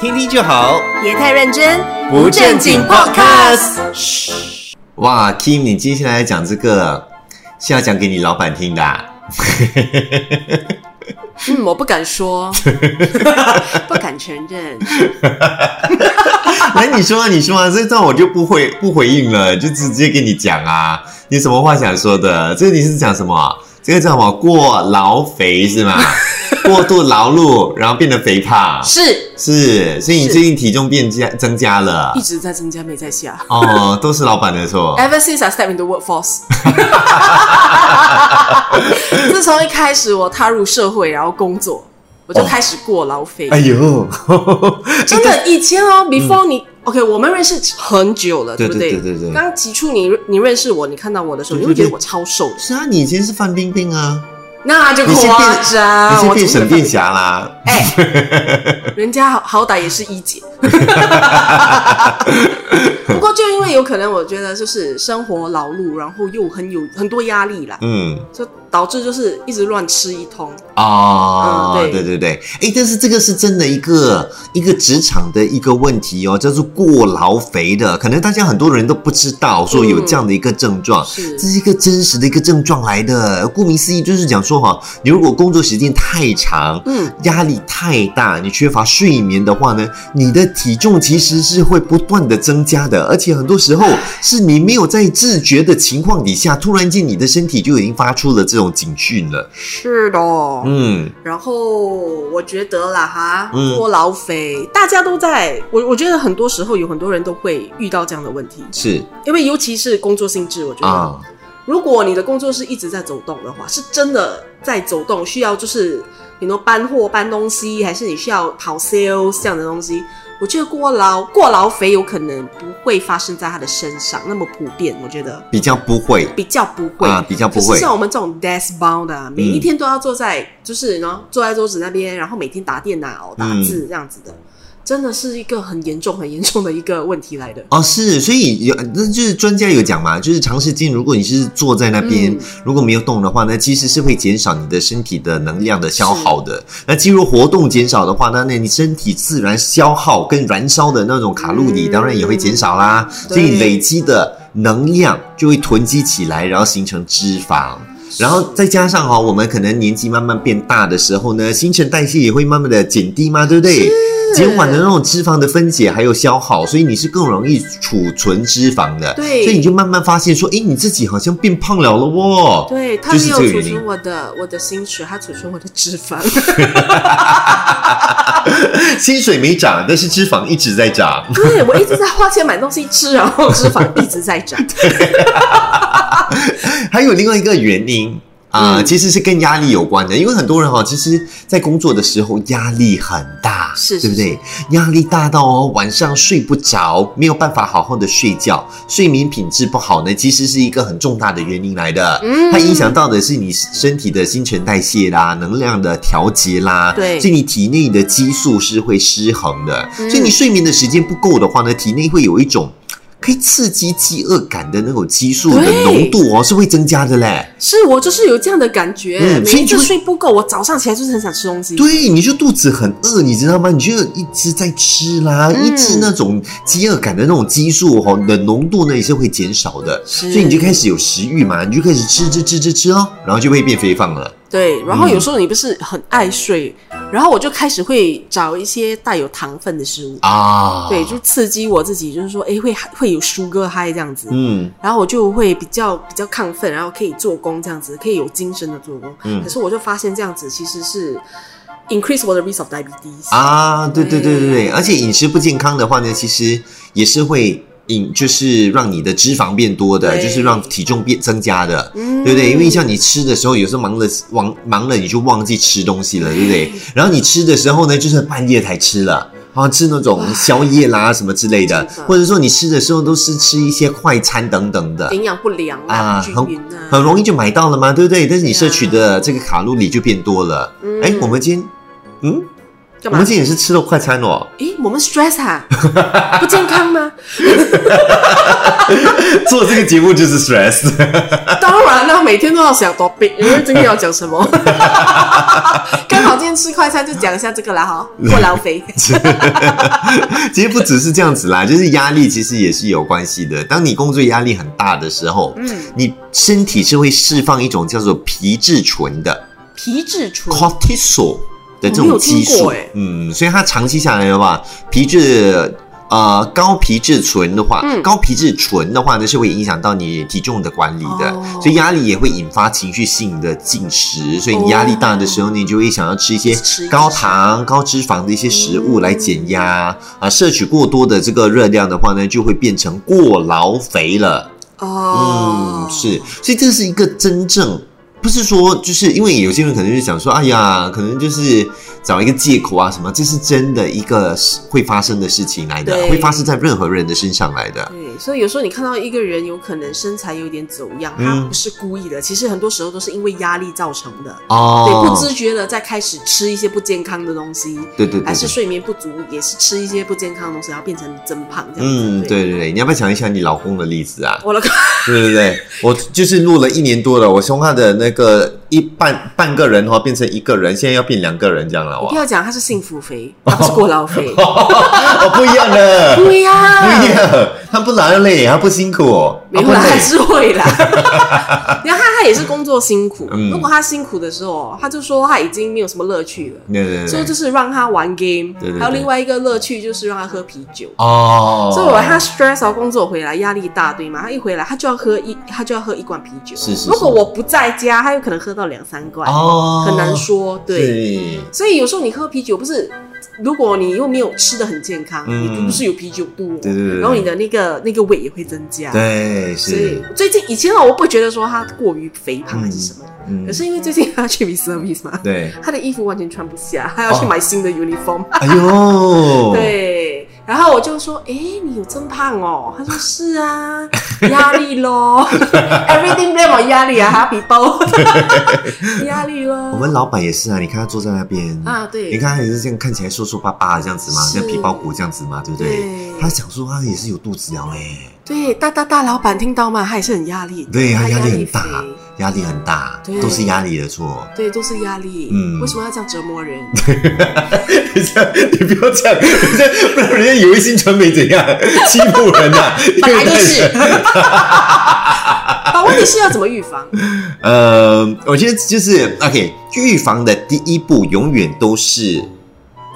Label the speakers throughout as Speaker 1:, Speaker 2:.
Speaker 1: 听听就好，
Speaker 2: 别太认真，
Speaker 1: 不正经 podcast。嘘，哇，Kim，你接下来讲这个是要讲给你老板听的、啊。
Speaker 2: 嗯，我不敢 说，不敢承认。
Speaker 1: 来，你说啊，你说啊，这段我就不回不回应了，就直接跟你讲啊，你什么话想说的？这个你是讲什么？啊这个叫什么？过劳肥 是吗？过度劳碌，然后变得肥胖，
Speaker 2: 是
Speaker 1: 是，所以你
Speaker 2: 是
Speaker 1: 最近体重变加增加了
Speaker 2: 一。直在增加，没在下。
Speaker 1: 哦，都是老板的错。
Speaker 2: Ever since I stepped into workforce，自从一开始我踏入社会，然后工作，我就
Speaker 1: 哦
Speaker 2: 开始过劳肥。
Speaker 1: 哎呦，
Speaker 2: 真的，以前哦，before 你、OK，我们认识很久了，
Speaker 1: 对
Speaker 2: 不
Speaker 1: 对对对对
Speaker 2: 刚起初你你认识我，你看到我的时候，你
Speaker 1: 对对
Speaker 2: 会觉得
Speaker 1: 对
Speaker 2: 我超瘦的，
Speaker 1: 是啊，你以前是范冰冰啊，
Speaker 2: 那就
Speaker 1: 你先变
Speaker 2: 夸张，
Speaker 1: 你
Speaker 2: 啊我
Speaker 1: 现在变
Speaker 2: 从
Speaker 1: 沈
Speaker 2: 来没
Speaker 1: 殿霞啦。
Speaker 2: 人家好好歹也是一 姐。不过就因为有可能，我觉得就是生活劳碌，然后又很有很多压力啦，
Speaker 1: 嗯，
Speaker 2: 就导致就是一直乱吃一通。
Speaker 1: 哦，
Speaker 2: 嗯
Speaker 1: 对
Speaker 2: 对
Speaker 1: 对对，哎，但是这个是真的一个一个职场的一个问题哦，叫做过劳肥的，可能大家很多人都不知道说有这样的一个症状。
Speaker 2: 是
Speaker 1: 啊这是一个真实的一个症状来的，顾名思义就是讲说哈，你如果工作时间太长，
Speaker 2: 嗯，
Speaker 1: 压力太大，你缺乏睡眠的话呢，你的体重其实是会不断的增加的，而且很多时候是你没有在自觉的情况底下，突然间你的身体就已经发出了这种警讯了。
Speaker 2: 是的。
Speaker 1: 嗯，
Speaker 2: 然后我觉得啦哈
Speaker 1: 嗯，
Speaker 2: 过劳肥，大家都在我我觉得很多时候有很多人都会遇到这样的问题，
Speaker 1: 是
Speaker 2: 因为尤其是工作性质，我觉得、
Speaker 1: 啊，
Speaker 2: 如果你的工作是一直在走动的话，是真的在走动，需要就是你能搬货搬东西，还是你需要跑 sales 这样的东西。我觉得过劳过劳肥有可能不会发生在他的身上那么普遍，我觉得
Speaker 1: 比较不会
Speaker 2: 比较不会。
Speaker 1: 啊，比较不
Speaker 2: 可
Speaker 1: 会嗯
Speaker 2: 是，像我们这种 desk bound 的、啊，每一天都要坐在、就是呢坐在桌子那边，然后每天打电脑打
Speaker 1: 嗯
Speaker 2: 字这样子的，真的是一个很严重很严重的一个问题来的。
Speaker 1: 哦，是，所以有，那就是专家有讲嘛，就是长时间如果你是坐在那边，
Speaker 2: 嗯
Speaker 1: 如果没有动的话，那其实是会减少你的身体的能量的消耗的。那肌肉活动减少的话，那那你身体自然消耗跟燃烧的那种卡路里，
Speaker 2: 嗯
Speaker 1: 当然也会减少啦。所
Speaker 2: 对
Speaker 1: 以累积的能量就会囤积起来，然后形成脂肪。然后再加上哈、哦，我们可能年纪慢慢变大的时候呢，新陈代谢也会慢慢的减低嘛，对不对？减缓的那种脂肪的分解还有消耗，所以你是更容易储存脂肪的。
Speaker 2: 对
Speaker 1: 所以你就慢慢发现说，诶，你自己好像变胖了了哦。
Speaker 2: 对他没
Speaker 1: 就是
Speaker 2: 有
Speaker 1: 这个
Speaker 2: 储
Speaker 1: 原因
Speaker 2: 存我的我的薪水，他储存我的脂肪。
Speaker 1: 薪水没涨，但是脂肪一直在涨。
Speaker 2: 对我一直在花钱买东西吃，然后脂肪一直在 长。
Speaker 1: 还有另外一个原因啊、
Speaker 2: 嗯
Speaker 1: 其实是跟压力有关的，因为很多人哈、哦其实在工作的时候压力很大，
Speaker 2: 是
Speaker 1: 对不
Speaker 2: 是
Speaker 1: 对？压力大到哦，晚上睡不着，没有办法好好的睡觉，睡眠品质不好呢，其实是一个很重大的原因来的。
Speaker 2: 嗯
Speaker 1: 它影响到的是你身体的新陈代谢啦，能量的调节啦，
Speaker 2: 对
Speaker 1: 所以你体内的激素是会失衡的，
Speaker 2: 嗯
Speaker 1: 所以你睡眠的时间不够的话呢，体内会有一种。可以刺激饥饿感的那种激素的
Speaker 2: 对
Speaker 1: 浓度哦，是会增加的嘞。
Speaker 2: 是我就是有这样的感觉，
Speaker 1: 嗯所以
Speaker 2: 每
Speaker 1: 你
Speaker 2: 一
Speaker 1: 就
Speaker 2: 次
Speaker 1: 会
Speaker 2: 睡不够，我早上起来就是很想吃东西。
Speaker 1: 对，你就肚子很饿，你知道吗？你就一直在吃啦，
Speaker 2: 嗯
Speaker 1: 一直那种饥饿感的那种激素哦的浓度呢也是会减少的，
Speaker 2: 是
Speaker 1: 所以你就开始有食欲嘛，你就开始吃吃吃吃吃哦，然后就会变肥胖了。
Speaker 2: 对，然后有时候你不是很爱睡，
Speaker 1: 嗯
Speaker 2: 然后我就开始会找一些带有糖分的食物，
Speaker 1: 啊，
Speaker 2: 对，就刺激我自己，就是说，哎，会会有 sugar high 这样子。
Speaker 1: 嗯，
Speaker 2: 然后我就会比较比较亢奋，然后可以做工这样子，可以有精神的做工。
Speaker 1: 嗯
Speaker 2: 可是我就发现这样子其实是 increase 我的 risk of diabetes。
Speaker 1: 啊，对对对对对，
Speaker 2: 对
Speaker 1: 而且饮食不健康的话呢，其实也是会引，就是让你的脂肪变多的，
Speaker 2: 对
Speaker 1: 就是让体重变增加的。
Speaker 2: 嗯
Speaker 1: 对不对？因为像你吃的时候，有时候忙了忙忙了，你就忘记吃东西了，对不对？然后你吃的时候呢，就是半夜才吃了。啊，吃那种宵夜啦什么之类啊的，
Speaker 2: 真的
Speaker 1: 或者说你吃的时候都是吃一些快餐等等的，
Speaker 2: 嗯营养不良
Speaker 1: 啊
Speaker 2: 啊，
Speaker 1: 很
Speaker 2: 不均匀啊，
Speaker 1: 很容易就买到了嘛，对不对？但是你
Speaker 2: 对啊
Speaker 1: 摄取的这个卡路里就变多了。
Speaker 2: 嗯
Speaker 1: 哎、我们今天，嗯，
Speaker 2: 干
Speaker 1: 我
Speaker 2: 嘛
Speaker 1: 们？今天也是吃了快餐哦，
Speaker 2: 诶，我们 stress 啊，不健康吗？
Speaker 1: 做这个节目就是 stress。
Speaker 2: 当然啦，每天都要想 topic，因为今天要讲什 么。刚好今天吃快餐就讲一下这个啦哈，过劳肥。
Speaker 1: 其实不只是这样子啦，就是压力其实也是有关系的。当你工作压力很大的时候，
Speaker 2: 嗯，
Speaker 1: 你身体是会释放一种叫做皮质醇的
Speaker 2: 皮质醇
Speaker 1: cortisol 的这
Speaker 2: 我没
Speaker 1: 种
Speaker 2: 有听
Speaker 1: 激素，
Speaker 2: 过欸
Speaker 1: 嗯，所以它长期下来的话，皮质呃高皮质醇的话，
Speaker 2: 嗯
Speaker 1: 高皮质醇的话呢是会影响到你体重的管理的，
Speaker 2: 哦
Speaker 1: 所以压力也会引发情绪性的进食，所以你压力大的时候，你就会想要吃一些
Speaker 2: 吃一些
Speaker 1: 高糖、高脂肪的一些食物来减压、啊，摄取过多的这个热量的话呢，就会变成过劳肥了。
Speaker 2: 哦
Speaker 1: 嗯，，是，所以这是一个真正不是说，就是因为有些人可能就是想说，哎呀，可能就是找一个借口啊什么，这是真的一个会发生的事情来的，
Speaker 2: 对
Speaker 1: 会发生在任何人的身上来的。
Speaker 2: 对，所以有时候你看到一个人有可能身材有点走样，
Speaker 1: 嗯
Speaker 2: 他不是故意的，其实很多时候都是因为压力造成的。对，不
Speaker 1: 哦，
Speaker 2: 知觉的在开始吃一些不健康的东西，
Speaker 1: 对对对
Speaker 2: 还是
Speaker 1: 对，
Speaker 2: 睡眠不足，也是吃一些不健康的东西，然后变成增胖这样子。
Speaker 1: 嗯，对对对，你要不要讲一下你老公的例子啊？
Speaker 2: 我的
Speaker 1: 对对对，我就是录了一年多了，我从他的那个一半半个人哈、哦、变成一个人，现在要变两个人这样了 啊
Speaker 2: 不
Speaker 1: 哇，
Speaker 2: 要讲他是幸福 肥，他不是过劳肥，
Speaker 1: 哦不一样的，不
Speaker 2: 对呀、
Speaker 1: 一样，他不劳累，他不辛苦、哦，
Speaker 2: 没
Speaker 1: 他
Speaker 2: 有
Speaker 1: 不
Speaker 2: 啦，还
Speaker 1: 累。
Speaker 2: 是会啦。 然后他他也是工作辛苦，
Speaker 1: 嗯
Speaker 2: 如果他辛苦的时候，他就说他已经没有什么乐趣了。
Speaker 1: 对对对，
Speaker 2: 所以就是让他玩 game，
Speaker 1: 对对对
Speaker 2: 还有另外一个乐趣就是让他喝啤酒。
Speaker 1: 哦，
Speaker 2: 所以我他 stress 到工作回来压力大，对吗？他一回来他就要喝一他就要喝一罐啤酒。
Speaker 1: 是是是
Speaker 2: 如果我不在家，他有可能喝到两三罐，
Speaker 1: 哦
Speaker 2: 很难，说。对，
Speaker 1: 对
Speaker 2: 所以有时候你喝啤酒不是，如果你又没有吃的很健康，
Speaker 1: 嗯
Speaker 2: 你不是有啤酒肚，哦
Speaker 1: 对对对对
Speaker 2: 然后你的那个那个胃也会增加。
Speaker 1: 对
Speaker 2: 所以
Speaker 1: 是，
Speaker 2: 最近以前啊，我不觉得说他过于肥胖还是什么，
Speaker 1: 嗯
Speaker 2: 可是因为最近他去 reservice 嘛，
Speaker 1: 对，
Speaker 2: 他的衣服完全穿不下，他
Speaker 1: 哦
Speaker 2: 要去买新的 uniform。
Speaker 1: 哎呦，，
Speaker 2: 对，然后我就说：“诶，你有增胖哦？”他说：“是啊， 压力咯 ，everything blame on 压力啊，happy boy，压 力咯。”
Speaker 1: 我们老板也是啊，你看他坐在那边
Speaker 2: 啊，对，
Speaker 1: 你看他也是这样看起来瘦瘦巴巴的这样子嘛，
Speaker 2: 是
Speaker 1: 像皮包骨这样子嘛，对不对
Speaker 2: 对？
Speaker 1: 他想说他也是有肚子了哎，
Speaker 2: 对大大大老板听到吗？他也是很压力，
Speaker 1: 对他
Speaker 2: 他
Speaker 1: 压力很
Speaker 2: 肥
Speaker 1: 大，压力很大，
Speaker 2: 对
Speaker 1: 都是压力的错。
Speaker 2: 对，都是压力。
Speaker 1: 嗯
Speaker 2: 为什么要这样折磨 人？
Speaker 1: 等一下， 你不要这样，等一下，不然人家以为新传媒怎样欺负人呐？
Speaker 2: 本来 就是。啊，问题是要怎么预防？
Speaker 1: 呃，我觉得就是 OK，预防的第一步永远都是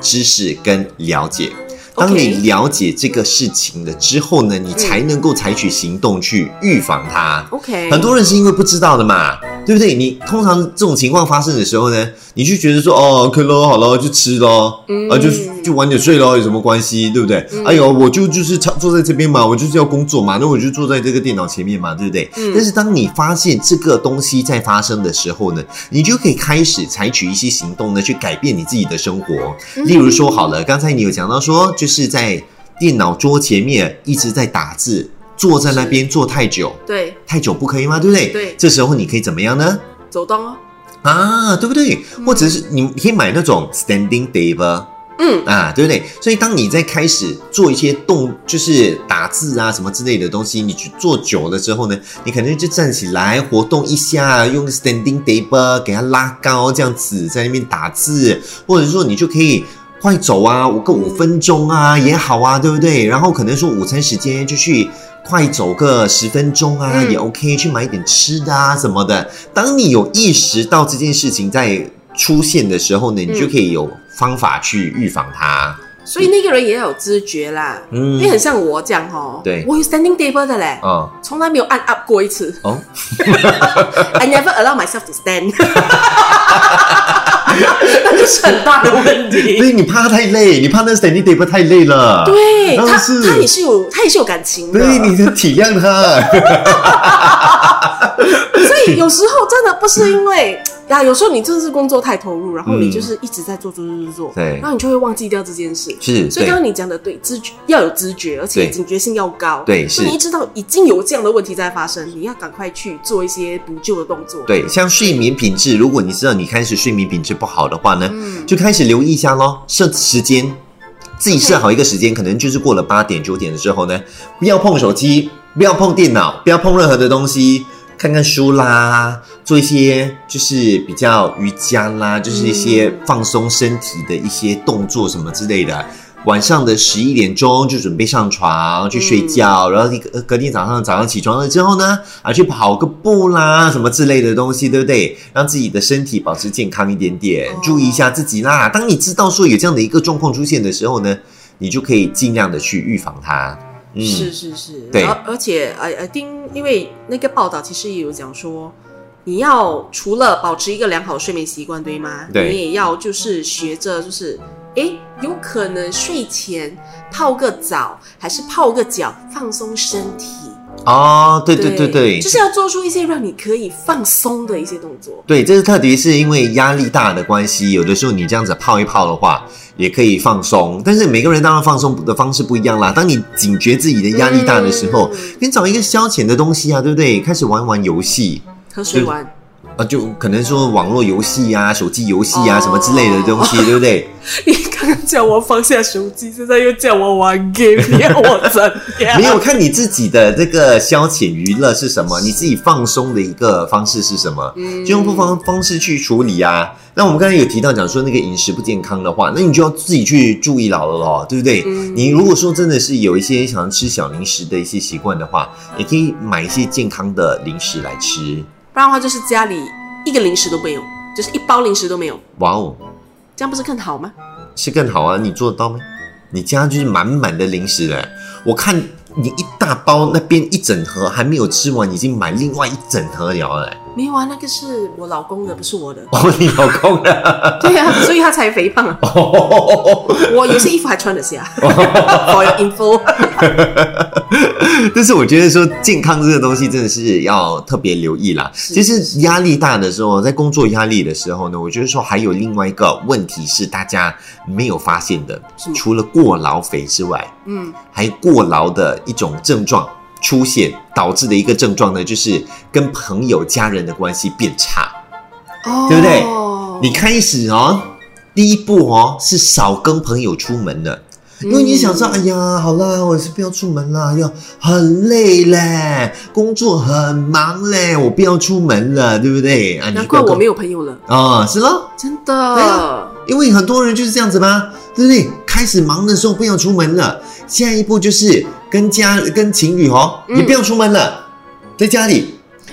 Speaker 1: 知识跟了解。当你
Speaker 2: OK
Speaker 1: 了解这个事情了之后呢，你才能够采取行动去预防它。
Speaker 2: OK，
Speaker 1: 很多人是因为不知道的嘛，对不对？你通常这种情况发生的时候呢，你就觉得说哦，OK 咯，好咯，就吃咯，
Speaker 2: 嗯
Speaker 1: 啊，就就晚点睡咯，有什么关系，对不对？哎呦，我就就是坐坐在这边嘛，我就是要工作嘛，那我就坐在这个电脑前面嘛，对不对？
Speaker 2: 嗯
Speaker 1: 但是当你发现这个东西在发生的时候呢，你就可以开始采取一些行动呢，去改变你自己的生活。
Speaker 2: 嗯
Speaker 1: 例如说，好了，刚才你有讲到说，就是在电脑桌前面一直在打字，坐在那边坐太久。
Speaker 2: 对
Speaker 1: 太久不可以吗？对不对？
Speaker 2: 对
Speaker 1: 这时候你可以怎么样呢？
Speaker 2: 走动哦。
Speaker 1: 啊，对不对？或者是你可以买那种 standing table
Speaker 2: 嗯，
Speaker 1: 啊，对不对？所以当你在开始做一些动，就是打字啊什么之类的东西，你去做久了之后呢，你可能就站起来活动一下，用 standing table 给它拉高，这样子在那边打字，或者说你就可以。快走啊，我个五分钟啊也好啊，对不对？然后可能说午餐时间就去快走个十分钟啊，
Speaker 2: 嗯
Speaker 1: 也 OK，去买一点吃的啊什么的。当你有意识到这件事情在出现的时候呢，
Speaker 2: 嗯
Speaker 1: 你就可以有方法去预防它。
Speaker 2: 所以那个人也要有知觉啦。
Speaker 1: 嗯
Speaker 2: 因为很像我这样哦，
Speaker 1: 对
Speaker 2: 我有 standing table 的嘞，
Speaker 1: 哦
Speaker 2: 从来没有按 up 过一次。
Speaker 1: 哦，
Speaker 2: I never allow myself to stand，那就是很大的问
Speaker 1: 所
Speaker 2: 题。
Speaker 1: 以你怕它太累，你怕那 standing table 太累了。
Speaker 2: 对啊
Speaker 1: 当
Speaker 2: 他，
Speaker 1: 然啊是
Speaker 2: 他也是有，他也是有感情的。
Speaker 1: 对，你得体 谅它。
Speaker 2: 所以有时候真的不是因为呀，有时候你真的是工作太投入，然后你
Speaker 1: 嗯
Speaker 2: 就是一直在做做做做做，
Speaker 1: 对
Speaker 2: 然后你就会忘记掉这件事。
Speaker 1: 是，
Speaker 2: 所以
Speaker 1: 对
Speaker 2: 刚刚你讲的对，知觉要有知觉，而且
Speaker 1: 对
Speaker 2: 警觉性要高。
Speaker 1: 对
Speaker 2: 那
Speaker 1: 是
Speaker 2: 你一知道已经有这样的问题在发生，你要赶快去做一些补救的动作。，
Speaker 1: 对，像睡眠品质，如果你知道你开始睡眠品质不好的话呢，
Speaker 2: 嗯，
Speaker 1: 就开始留意一下咯，设时间，自己设
Speaker 2: OK
Speaker 1: 好一个时间，可能就是过了八点九点的时候呢，不要碰手机，不要碰电脑，不要碰任何的东西，看看书啦，做一些就是比较瑜伽啦，就是一些
Speaker 2: 嗯
Speaker 1: 放松身体的一些动作什么之类的。晚上的十一点钟就准备上床去睡觉，然后一个隔天早上早上起床了之后呢，啊去跑个步啦，什么之类的东西，对不对？让自己的身体保持健康一点点
Speaker 2: 哦，
Speaker 1: 注意一下自己啦。当你知道说有这样的一个状况出现的时候呢，你就可以尽量的去预防它。嗯，
Speaker 2: 是是是，
Speaker 1: 对
Speaker 2: 然后而且呃呃，丁，因为那个报道其实也有讲说，你要除了保持一个良好睡眠习惯，对吗？
Speaker 1: 对
Speaker 2: 你也要就是学着就是，诶，有可能睡前泡个澡，还是泡个脚，放松身体。
Speaker 1: 哦，对对对对，
Speaker 2: 就是要做出一些让你可以放松的一些动作。
Speaker 1: 对，这是特别是因为压力大的关系，有的时候你这样子泡一泡的话，也可以放松。但是每个人当然放松的方式不一样啦。当你警觉自己的压力大的时候，
Speaker 2: 嗯
Speaker 1: 你找一个消遣的东西啊，对不对？开始玩玩游戏
Speaker 2: 喝水玩，
Speaker 1: 啊，就可能说网络游戏啊、手机游戏啊、
Speaker 2: 哦
Speaker 1: 什么之类的东西，对不对？
Speaker 2: 你刚刚叫我放下手机，现在又叫我玩 game，你要我怎样？
Speaker 1: 没有看你自己的这个消遣娱乐是什么，你自己放松的一个方式是什么？
Speaker 2: 嗯，
Speaker 1: 就用不方方式去处理啊。那我们刚才有提到讲说那个饮食不健康的话，那你就要自己去注意了了咯，对不对？
Speaker 2: 嗯
Speaker 1: 你如果说真的是有一些想吃小零食的一些习惯的话，也可以买一些健康的零食来吃。
Speaker 2: 不然的话就是家里一个零食都没有，就是一包零食都没有，
Speaker 1: 哇哦，
Speaker 2: 这样不是更好吗？
Speaker 1: 是更好啊！你做得到吗？你家就是满满的零食了，我看你一大包那边一整盒还没有吃完，已经买另外一整盒了嘞。。
Speaker 2: 没有啊，那个是我老公的，不是我的
Speaker 1: 哦，你老公了，
Speaker 2: 对啊，所以他才肥胖啊。
Speaker 1: 哦
Speaker 2: 我有些衣服还穿得 下。For your info，
Speaker 1: 但是我觉得说健康这个东西真的是要特别留意啦。其实压力大的时候，在工作压力的时候呢，我觉得说还有另外一个问题是大家没有发现的
Speaker 2: 什，么
Speaker 1: 除了过劳肥之外，
Speaker 2: 嗯，
Speaker 1: 还过劳的一种症状出现导致的一个症状呢，就是跟朋友、家人的关系变差。
Speaker 2: 哦，
Speaker 1: 对不对你开始哦，第一步哦是少跟朋友出门的，因为你想说，
Speaker 2: 嗯
Speaker 1: 哎呀，好啦，我是不要出门啦，要很累嘞，工作很忙嘞，我不要出门了，对不对？啊，你
Speaker 2: 难
Speaker 1: 就不
Speaker 2: 怪
Speaker 1: 要跟
Speaker 2: 我没有朋友了，
Speaker 1: 啊、是咯，
Speaker 2: 真
Speaker 1: 对
Speaker 2: 的。
Speaker 1: 因为很多人就是这样子嘛，对不对？开始忙的时候不要出门了，下一步就是跟家跟情侣哦，
Speaker 2: 嗯
Speaker 1: 也不要出门了，在家里。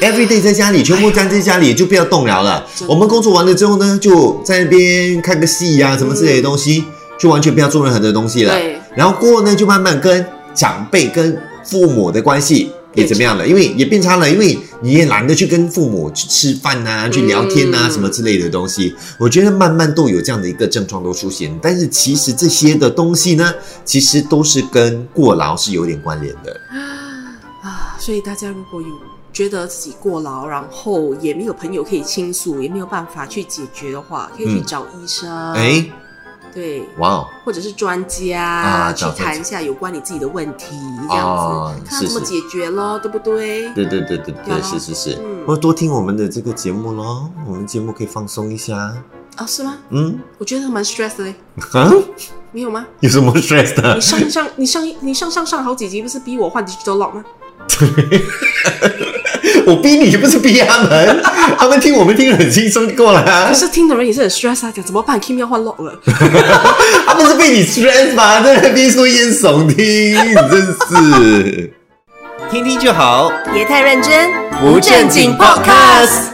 Speaker 1: Every day 在家里，全部待在家里就不要动了了
Speaker 2: 哎真。的
Speaker 1: 我们工作完了之后呢，就在那边看个戏呀、什么之类的东西，
Speaker 2: 嗯
Speaker 1: 就完全不要做任何的东西了。
Speaker 2: 对，
Speaker 1: 然后过后呢，就慢慢跟长辈、跟父母的关系也怎么样了？因为也变差了，因为你也懒得去跟父母去吃饭呐、去聊天呐、
Speaker 2: 嗯
Speaker 1: 什么之类的东西。我觉得慢慢都有这样的一个症状都出现，但是其实这些的东西呢，其实都是跟过劳是有点关联的。
Speaker 2: 啊，所以大家如果有觉得自己过劳，然后也没有朋友可以倾诉，也没有办法去解决的话，可以去
Speaker 1: 嗯
Speaker 2: 找医生。
Speaker 1: 哎、
Speaker 2: 对，
Speaker 1: 哇哦，
Speaker 2: 或者是专家、
Speaker 1: 啊
Speaker 2: 去
Speaker 1: 找专家
Speaker 2: 谈一下有关你自己的问题，这样子、
Speaker 1: 哦
Speaker 2: 看
Speaker 1: 是
Speaker 2: 怎么
Speaker 1: 是
Speaker 2: 解决咯，对不对？
Speaker 1: 对对对对
Speaker 2: 对
Speaker 1: 对，
Speaker 2: 啊
Speaker 1: 是是是
Speaker 2: 嗯，
Speaker 1: 或、多听我们的这个节目咯，我们节目可以放松一下。
Speaker 2: 哦，是吗？
Speaker 1: 嗯，
Speaker 2: 我觉得蛮 stress 的嘞，
Speaker 1: 哈，
Speaker 2: 没有 吗？
Speaker 1: 有什么 stress 的
Speaker 2: 你？上上你上你上上上好几集不是逼我换 digital lock 吗？
Speaker 1: 我逼你不是逼他们，他们听我们听得很轻松过了、啊
Speaker 2: 可，是听的人也是很 stress 啊，讲怎么办？Kim 要换 lock 了，
Speaker 1: 他们是被你 stress 吧，在那边说烟耸听，你真是听听就好，
Speaker 2: 别太认真，
Speaker 1: 不正经 podcast。